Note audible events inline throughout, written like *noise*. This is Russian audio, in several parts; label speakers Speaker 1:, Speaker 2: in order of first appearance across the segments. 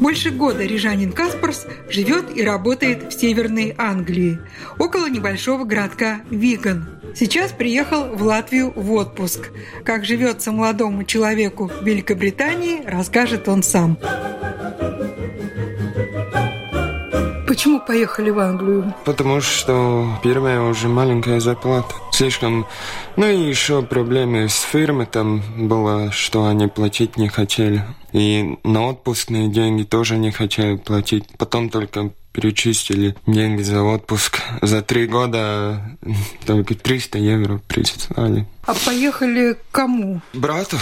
Speaker 1: Больше года рижанин Каспарс живет и работает в Северной Англии, около небольшого городка Виган. Сейчас приехал в Латвию в отпуск. Как живется молодому человеку в Великобритании, расскажет он сам. Почему поехали в Англию?
Speaker 2: Потому что первая уже маленькая зарплата. Слишком... Ну и еще проблемы с фирмой там было, что они платить не хотели. И на отпускные деньги тоже не хотели платить. Потом только перечистили деньги за отпуск. За три года *laughs* только 300 евро причитали.
Speaker 1: А поехали к кому?
Speaker 2: Брату.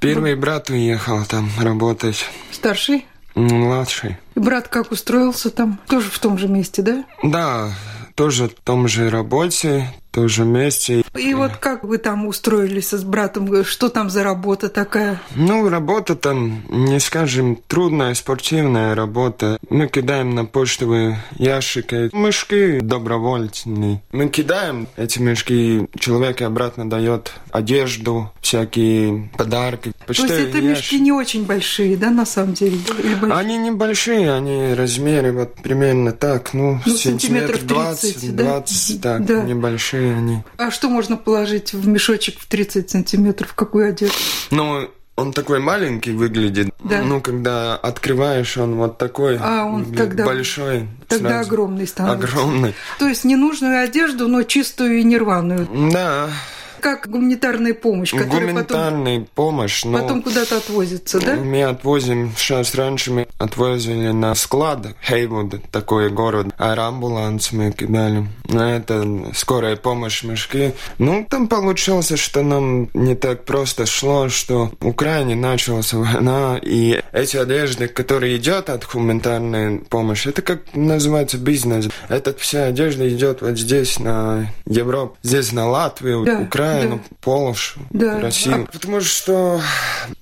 Speaker 2: Первый брат уехал там работать.
Speaker 1: Старший?
Speaker 2: Младший.
Speaker 1: И брат как устроился там? Тоже в том же месте, да?
Speaker 2: Да, тоже в том же работе, в том же месте.
Speaker 1: И вот как вы там устроились с братом? Что там за работа такая?
Speaker 2: Ну, работа там, не скажем, трудная, спортивная работа. Мы кидаем на почтовые ящики мешки добровольные. Мы кидаем эти мешки, человек обратно дает одежду, всякие подарки.
Speaker 1: То есть это мешки не очень большие, да, на самом деле? Или большие?
Speaker 2: Они небольшие, они размеры вот примерно так, ну,
Speaker 1: Ну,
Speaker 2: сантиметров
Speaker 1: сантиметров 30,
Speaker 2: 20,
Speaker 1: да?
Speaker 2: 20, так,
Speaker 1: Да.
Speaker 2: небольшие они.
Speaker 1: А что можно положить в мешочек в 30 сантиметров? Какую одежду?
Speaker 2: Но Ну, он такой маленький выглядит.
Speaker 1: Да.
Speaker 2: Ну, когда открываешь, он вот такой.
Speaker 1: А, он
Speaker 2: выглядит
Speaker 1: тогда-
Speaker 2: большой.
Speaker 1: Тогда
Speaker 2: сразу.
Speaker 1: огромный становится.
Speaker 2: Огромный.
Speaker 1: То есть ненужную одежду, но чистую и нерваную.
Speaker 2: Да.
Speaker 1: Как гуманитарная помощь, которая потом,
Speaker 2: Гуманитарная помощь. Но
Speaker 1: потом куда-то отвозится, да?
Speaker 2: Мы отвозим, сейчас раньше мы отвозили на склад Хейвуд, такой город, а амбуланс мы кидали. На это скорая помощь мешки. Ну, там получилось, что нам не так просто шло, что в Украине началась война, и эти одежды, которые идет от гуманитарной помощи, это как называется бизнес. Эта вся одежда идет вот здесь, на Европу, здесь на Латвию,
Speaker 1: Да, да.
Speaker 2: Украину, Полош,
Speaker 1: Да.
Speaker 2: Россию. А Потому что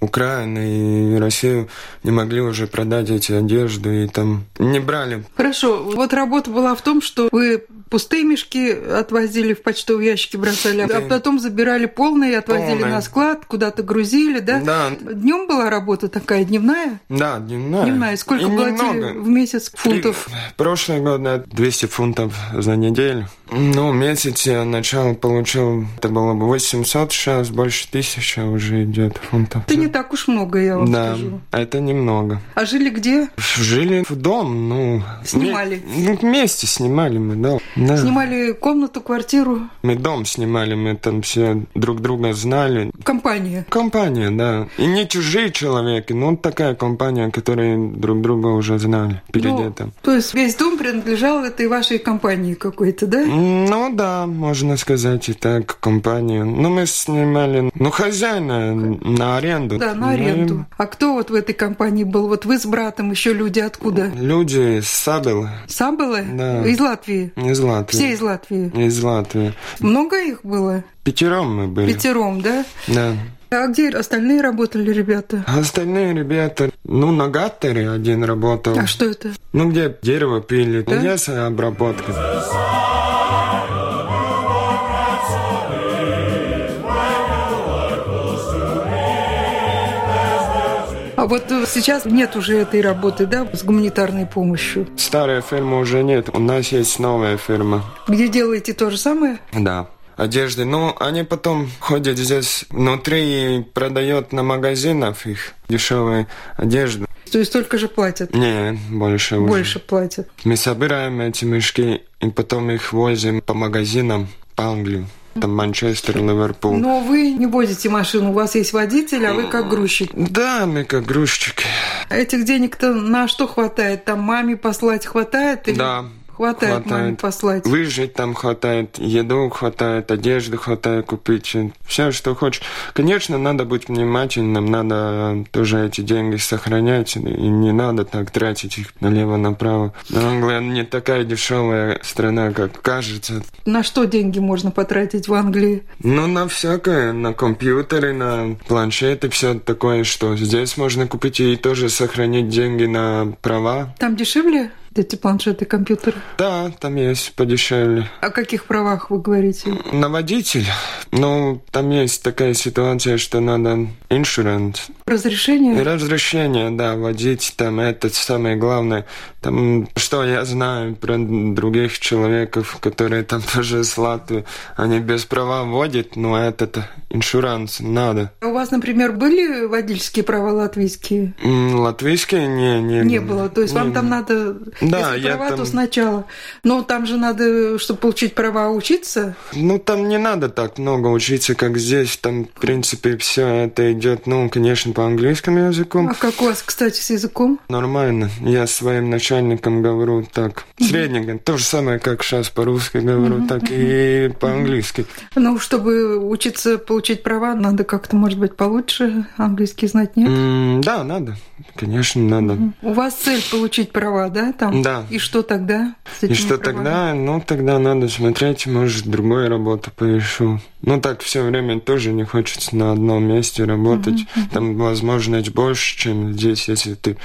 Speaker 2: Украина и Россию не могли уже продать эти одежды и там не брали.
Speaker 1: Хорошо, вот работа была в том, что вы пустые мешки отвозили в почтовые ящики, бросали, а
Speaker 2: Да.
Speaker 1: потом забирали полные, отвозили
Speaker 2: Полные.
Speaker 1: на склад, куда-то грузили, да?
Speaker 2: Да.
Speaker 1: Днем была работа такая, дневная?
Speaker 2: Да, дневная.
Speaker 1: Дневная. Сколько
Speaker 2: А, И
Speaker 1: платили
Speaker 2: немного.
Speaker 1: в месяц фунтов?
Speaker 2: При- Прошлый год да, 200 фунтов за неделю. Ну, месяц я начало получил, это было бы 800, сейчас больше 1000 уже идет фунтов.
Speaker 1: Это не так уж много, я вам
Speaker 2: да,
Speaker 1: скажу.
Speaker 2: это немного.
Speaker 1: А жили где?
Speaker 2: Жили в дом, ну...
Speaker 1: Снимали.
Speaker 2: вме- ну, вместе снимали мы, да. да.
Speaker 1: Снимали комнату, квартиру,
Speaker 2: Мы дом снимали, мы там все друг друга знали.
Speaker 1: компанию.
Speaker 2: Компания, да. И не чужие человеки, но такая компания, которые друг друга уже знали перед
Speaker 1: Ну,
Speaker 2: этим.
Speaker 1: то есть весь дом принадлежал этой вашей компании какой-то, да?
Speaker 2: М, Ну да, можно сказать и так, компания. Ну мы снимали, ну хозяина на аренду.
Speaker 1: Да, на
Speaker 2: Ну, и
Speaker 1: аренду. А кто вот в этой компании был? Вот вы с братом, еще люди откуда?
Speaker 2: Люди с Сабелы,
Speaker 1: Сам было?
Speaker 2: Да.
Speaker 1: Из Латвии.
Speaker 2: из Латвии.
Speaker 1: Все из Латвии.
Speaker 2: Из Латвии.
Speaker 1: Много их было?
Speaker 2: Пятером мы были.
Speaker 1: Пятером, да?
Speaker 2: Да.
Speaker 1: А где остальные работали ребята?
Speaker 2: А Остальные ребята, ну на гаттере один работал.
Speaker 1: А что это?
Speaker 2: Ну, где дерево пили,
Speaker 1: Да?
Speaker 2: лесообработка.
Speaker 1: А вот э, сейчас нет уже этой работы, да, с гуманитарной помощью,
Speaker 2: Старая фирма уже нет, у нас есть новая фирма.
Speaker 1: где делаете то же самое?
Speaker 2: Да. Одежды, ну, они потом ходят здесь внутри и продают на магазинах их дешевые одежды.
Speaker 1: То есть только же платят,
Speaker 2: Не, больше уже.
Speaker 1: больше платят.
Speaker 2: Мы собираем эти мешки и потом их возим по магазинам по Англию. Там Манчестер, Ливерпуль.
Speaker 1: Но вы не возите машину, у вас есть водитель, а вы как грузчик.
Speaker 2: Да, мы как грузчики.
Speaker 1: А Этих денег-то на что хватает? Там маме послать хватает? или
Speaker 2: Да.
Speaker 1: Хватает, маме послать.
Speaker 2: Выжить там хватает, еду хватает, одежды хватает купить, все, что хочешь. Конечно, надо быть внимательным, надо тоже эти деньги сохранять, и не надо так тратить их налево-направо. Но Англия не такая дешевая страна, как кажется.
Speaker 1: На что деньги можно потратить в Англии?
Speaker 2: Ну, на всякое, на компьютеры, на планшеты, все такое, что здесь можно купить и тоже сохранить деньги на права.
Speaker 1: Там дешевле? эти планшеты, компьютеры?
Speaker 2: Да, там есть подешевле.
Speaker 1: О каких правах вы говорите?
Speaker 2: На водитель. Ну, там есть такая ситуация, что надо иншуранс.
Speaker 1: Разрешение?
Speaker 2: Разрешение, да, водить там это самое главное. Там, что я знаю про других человеков, которые там *laughs* тоже с Латвии, они без права водят, но этот иншуранс надо.
Speaker 1: А У вас, например, были водительские права латвийские?
Speaker 2: М, Латвийские не, не,
Speaker 1: Не было. То есть
Speaker 2: не,
Speaker 1: вам
Speaker 2: не.
Speaker 1: там надо,
Speaker 2: Да,
Speaker 1: если
Speaker 2: я
Speaker 1: права, то
Speaker 2: там-
Speaker 1: сначала. Но там же надо, чтобы получить права, учиться.
Speaker 2: Ну, там не надо так много учиться, как здесь. Там, в принципе, все это идет, ну, конечно, по английскому языку.
Speaker 1: А как у вас, кстати, с языком?
Speaker 2: Нормально. Я своим начальником говорю так. Средненько. То же самое, как сейчас по-русски говорю, так и по-английски.
Speaker 1: Ну, чтобы учиться, получить права, надо как-то, может быть, получше английский знать, нет?
Speaker 2: М, Да, надо. Конечно, надо.
Speaker 1: У вас цель получить права, да? Там?
Speaker 2: Да.
Speaker 1: И что тогда? с
Speaker 2: И
Speaker 1: этими
Speaker 2: что
Speaker 1: правами?
Speaker 2: тогда? Ну, тогда надо смотреть, может, другую работу поищу. Ну, так все время тоже не хочется на одном месте работать. Там возможность больше, чем здесь, если ты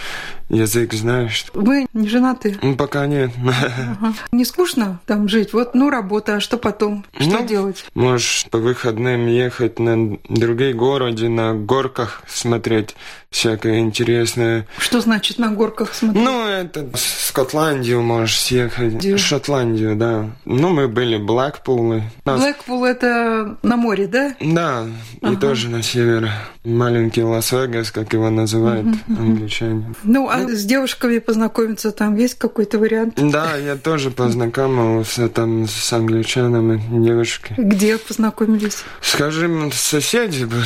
Speaker 2: язык знаешь.
Speaker 1: Вы не женаты?
Speaker 2: Ну, Пока нет. *laughs*
Speaker 1: Ага. Не скучно там жить? Вот, ну, работа, а что потом? Что
Speaker 2: Ну,
Speaker 1: делать?
Speaker 2: Можешь по выходным ехать на другие города, на горках смотреть всякое интересное.
Speaker 1: Что значит на горках смотреть?
Speaker 2: Ну, это в Скотландию можешь съехать.
Speaker 1: Где?
Speaker 2: Шотландию, да. Ну, мы были Блэкпулы. Нас-
Speaker 1: Блэкпул это на море, да?
Speaker 2: Да, и тоже на север. Маленький Лас-Вегас, как его называют англичане.
Speaker 1: Ну, а с девушками познакомиться там есть какой-то вариант?
Speaker 2: Да, я тоже познакомился там с англичанами, девушки.
Speaker 1: Где познакомились?
Speaker 2: Скажем, соседи были.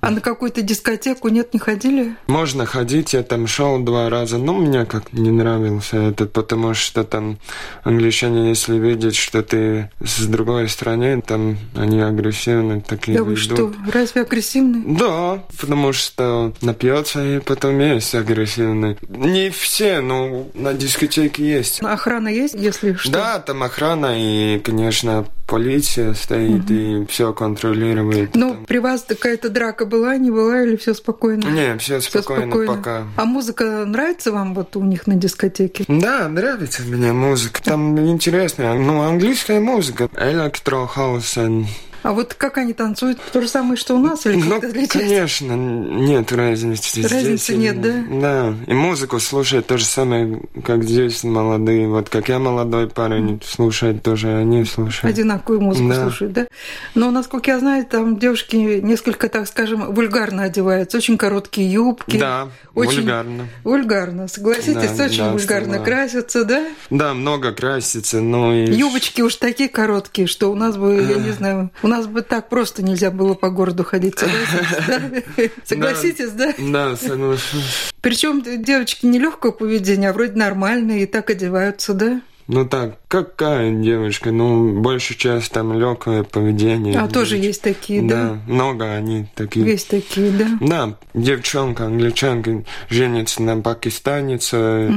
Speaker 1: А на какую-то дискотеку нет, не ходили?
Speaker 2: Можно ходить, я там шел два раза, но мне как не нравился этот, потому что там англичане, если видят, что ты с другой страны, там они агрессивны, такие
Speaker 1: да вы
Speaker 2: ведут.
Speaker 1: что, разве агрессивны?
Speaker 2: Да, потому что напьется и потом есть агрессивный. Не все, но на дискотеке есть.
Speaker 1: Охрана есть, если Ну, а что?
Speaker 2: Да, там охрана и, конечно, полиция стоит и все контролирует.
Speaker 1: Ну, при вас какая-то драка была, не была, или все спокойно?
Speaker 2: Не, все
Speaker 1: Ну, Всё
Speaker 2: спокойно, пока.
Speaker 1: А музыка нравится вам вот у них на дискотеке?
Speaker 2: Да, нравится мне музыка. Там интересная, ну, английская музыка. Электро хаус. and-
Speaker 1: А вот как они танцуют? То же самое, что у нас, или
Speaker 2: Ну,
Speaker 1: как-то отличается?
Speaker 2: конечно, нет разницы. здесь
Speaker 1: Разницы
Speaker 2: и-
Speaker 1: нет, да?
Speaker 2: Да, и музыку слушать то же самое, как здесь молодые. Вот как я молодой парень, слушать тоже они слушают.
Speaker 1: Одинаковую музыку
Speaker 2: Да.
Speaker 1: слушают, да? Но, насколько я знаю, там девушки несколько, так скажем, вульгарно одеваются. Очень короткие юбки.
Speaker 2: Да,
Speaker 1: очень
Speaker 2: вульгарно.
Speaker 1: Вульгарно, согласитесь,
Speaker 2: Да,
Speaker 1: очень
Speaker 2: да,
Speaker 1: вульгарно
Speaker 2: согласен.
Speaker 1: красятся, да?
Speaker 2: Да, много красится, но и...
Speaker 1: Юбочки уж такие короткие, что у нас бы, я не знаю, у нас бы так просто нельзя было по городу ходить, согласитесь, да?
Speaker 2: *laughs*
Speaker 1: Согласитесь, да?
Speaker 2: Да, соглашусь.
Speaker 1: Причем девочки нелегкого поведения, а вроде нормальные, и так одеваются, да?
Speaker 2: Ну так, какая девочка? Ну, большая часть там легкое поведение.
Speaker 1: А тоже есть такие, да?
Speaker 2: Да, много они такие.
Speaker 1: Есть такие, да?
Speaker 2: Да, девчонка, англичанка женится на пакистанице,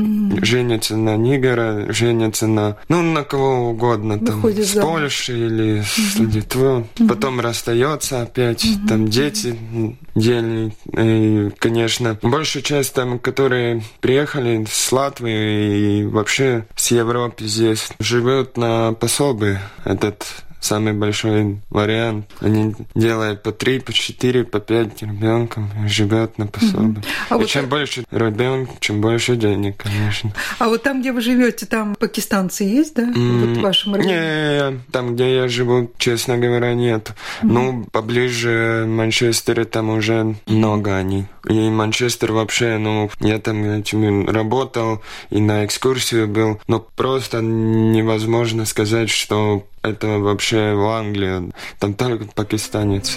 Speaker 2: женится на нигера, женится на, ну, на кого угодно, там,
Speaker 1: Выходит
Speaker 2: с
Speaker 1: замуж.
Speaker 2: Польши или с Литвы. Потом расстается опять, там дети м, дельные. И, конечно, большая часть там, которые приехали с Латвии и вообще с Европы здесь, живут на пособы этот самый большой вариант. Они делают по три, по четыре, по пять ребенком и живет на пособие.
Speaker 1: А
Speaker 2: и
Speaker 1: вот
Speaker 2: чем больше ребенок, чем больше денег, конечно.
Speaker 1: А вот там, где вы живете, там пакистанцы есть, да? Вот в вашем районе?
Speaker 2: Не, там, где я живу, честно говоря, нет. Ну, поближе Манчестера там уже много они. И Манчестер вообще, ну, я там этим работал и на экскурсию был, но просто невозможно сказать, что это вообще в Англии. Там только пакистанец.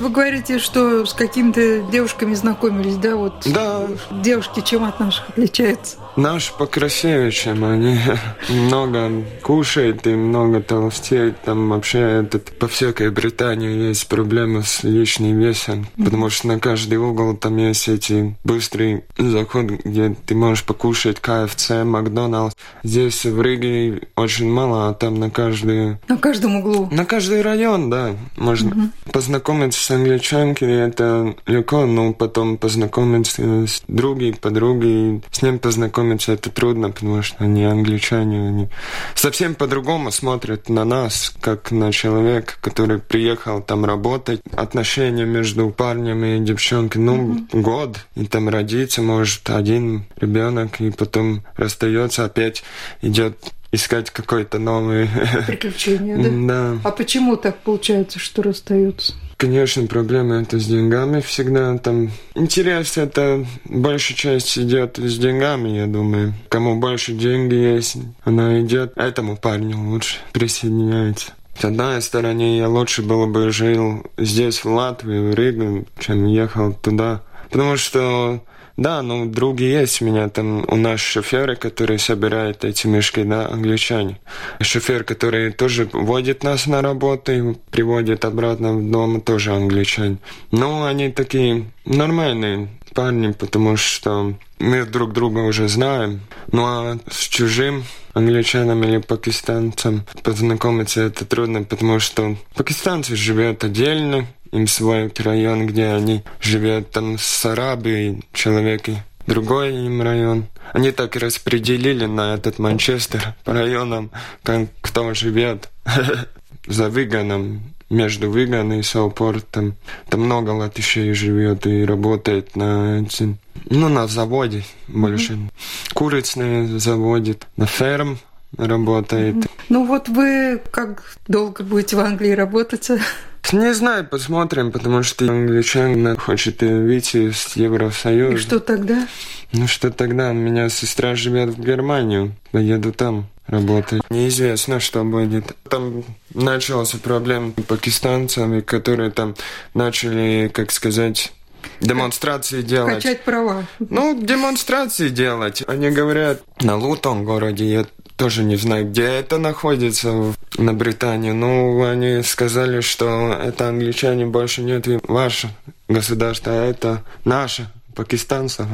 Speaker 1: Вы говорите, что с какими-то девушками знакомились, да? Вот
Speaker 2: Да.
Speaker 1: девушки чем от наших отличаются?
Speaker 2: Наши покрасивее, чем они. *laughs* много кушают и много толстеют. Там вообще этот, по всякой Британии есть проблема с лишним весом. Потому что на каждый угол там есть эти быстрые заходы, где ты можешь покушать КФЦ, Макдоналдс. Здесь в Риге очень мало, а там на каждый...
Speaker 1: На каждом углу.
Speaker 2: На каждый район, да, можно. Познакомиться с англичанкой это легко, но потом познакомиться с другой, подругой, с ним познакомиться это трудно, потому что они англичане, они совсем по-другому смотрят на нас, как на человека, который приехал там работать. Отношения между парнями и девчонкой, ну, год, и там родится, может, один ребенок, и потом расстается, опять идет искать какой-то новый...
Speaker 1: Приключения, да?
Speaker 2: *laughs* Да.
Speaker 1: А почему так получается, что расстаются?
Speaker 2: Конечно, проблема это с деньгами всегда. Там интерес это большая часть идет с деньгами, я думаю. Кому больше деньги есть, она идет этому парню лучше присоединяется. С одной стороны, я лучше было бы жил здесь, в Латвии, в Риге, чем ехал туда. Потому что, да, ну, други есть у меня, там у нас шоферы, которые собирают эти мешки, да, англичане. Шофер, который тоже водит нас на работу и приводит обратно в дом, тоже англичане. Но они такие нормальные парни, потому что мы друг друга уже знаем. Ну а с чужим англичаном или пакистанцем познакомиться это трудно, потому что пакистанцы живет отдельно, им свой район, где они живут, там с арабией человек и другой им район. Они так и распределили на этот Манчестер по районам, как кто живет *laughs* за Виганом, между Виган и Саупортом. Там много латышей живет и работает на этим, ну, на заводе больше. Курицные заводит, на ферм работает.
Speaker 1: Ну вот вы как долго будете в Англии работать? а?
Speaker 2: Не знаю, посмотрим, потому что англичанин хочет э, выйти из Евросоюза.
Speaker 1: И что тогда?
Speaker 2: Ну что тогда? У меня сестра живет в Германию. Поеду там работать. Неизвестно, что будет. Там начался проблем с пакистанцами, которые там начали, как сказать, демонстрации делать.
Speaker 1: Качать права.
Speaker 2: Ну, демонстрации делать. Они говорят, на Лутон городе, я тоже не знаю, где это находится, в- на Британии. Ну, они сказали, что это англичане больше нет, и ваше государство, а это наше, пакистанцев.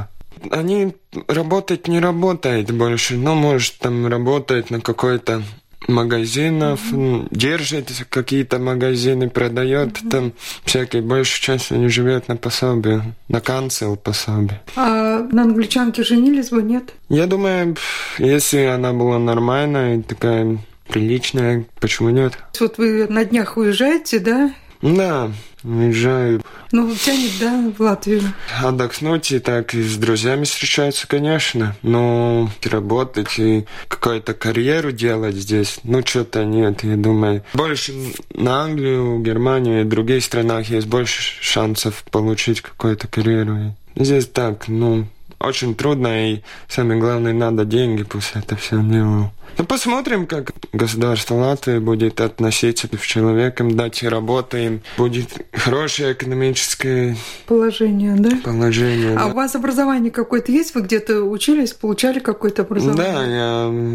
Speaker 2: Они работать не работает больше, но может там работает на какой-то магазинов, м, держит какие-то магазины, продает там всякие. Большую часть они живет на пособие, на канцел пособие.
Speaker 1: А на англичанке женились бы, нет?
Speaker 2: Я думаю, пф, если она была нормальная и такая приличная, почему нет?
Speaker 1: Вот вы на днях уезжаете, да?
Speaker 2: Да, уезжаю
Speaker 1: Ну, тянет, да, в Латвию.
Speaker 2: отдохнуть и так и с друзьями встречаются, конечно, но работать и какую-то карьеру делать здесь, ну, что-то нет, я думаю. Больше на Англию, Германию и других странах есть больше шансов получить какую-то карьеру. И здесь так, ну, очень трудно, и самое главное, надо деньги, пусть это все делаю. Ну, посмотрим, как государство Латвии будет относиться к человекам, дать работу им. Будет хорошее экономическое
Speaker 1: Положение, да?
Speaker 2: положение.
Speaker 1: А у
Speaker 2: да.
Speaker 1: вас образование какое-то есть? Вы где-то учились, получали какое-то
Speaker 2: Да,
Speaker 1: образование?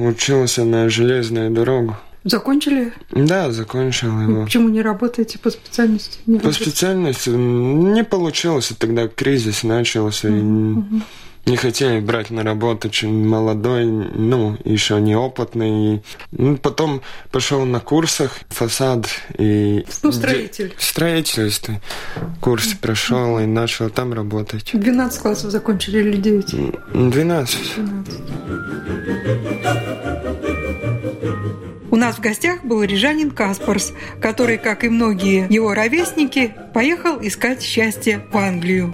Speaker 2: я учился на железную дорогу.
Speaker 1: Закончили?
Speaker 2: Да, закончил его.
Speaker 1: Почему не работаете по специальности? Не
Speaker 2: По
Speaker 1: работаете?
Speaker 2: специальности м, не получилось, и тогда кризис начался, и н- не хотели брать на работу, чем молодой, ну, еще неопытный. И, ну, потом пошел на курсах фасад и...
Speaker 1: Ну,
Speaker 2: де-
Speaker 1: строитель.
Speaker 2: Строительство. Курс прошел и начал там работать.
Speaker 1: 12 классов закончили или 9?
Speaker 2: М, 12.
Speaker 1: У нас в гостях был рижанин Каспарс, который, как и многие его ровесники, поехал искать счастье в Англию.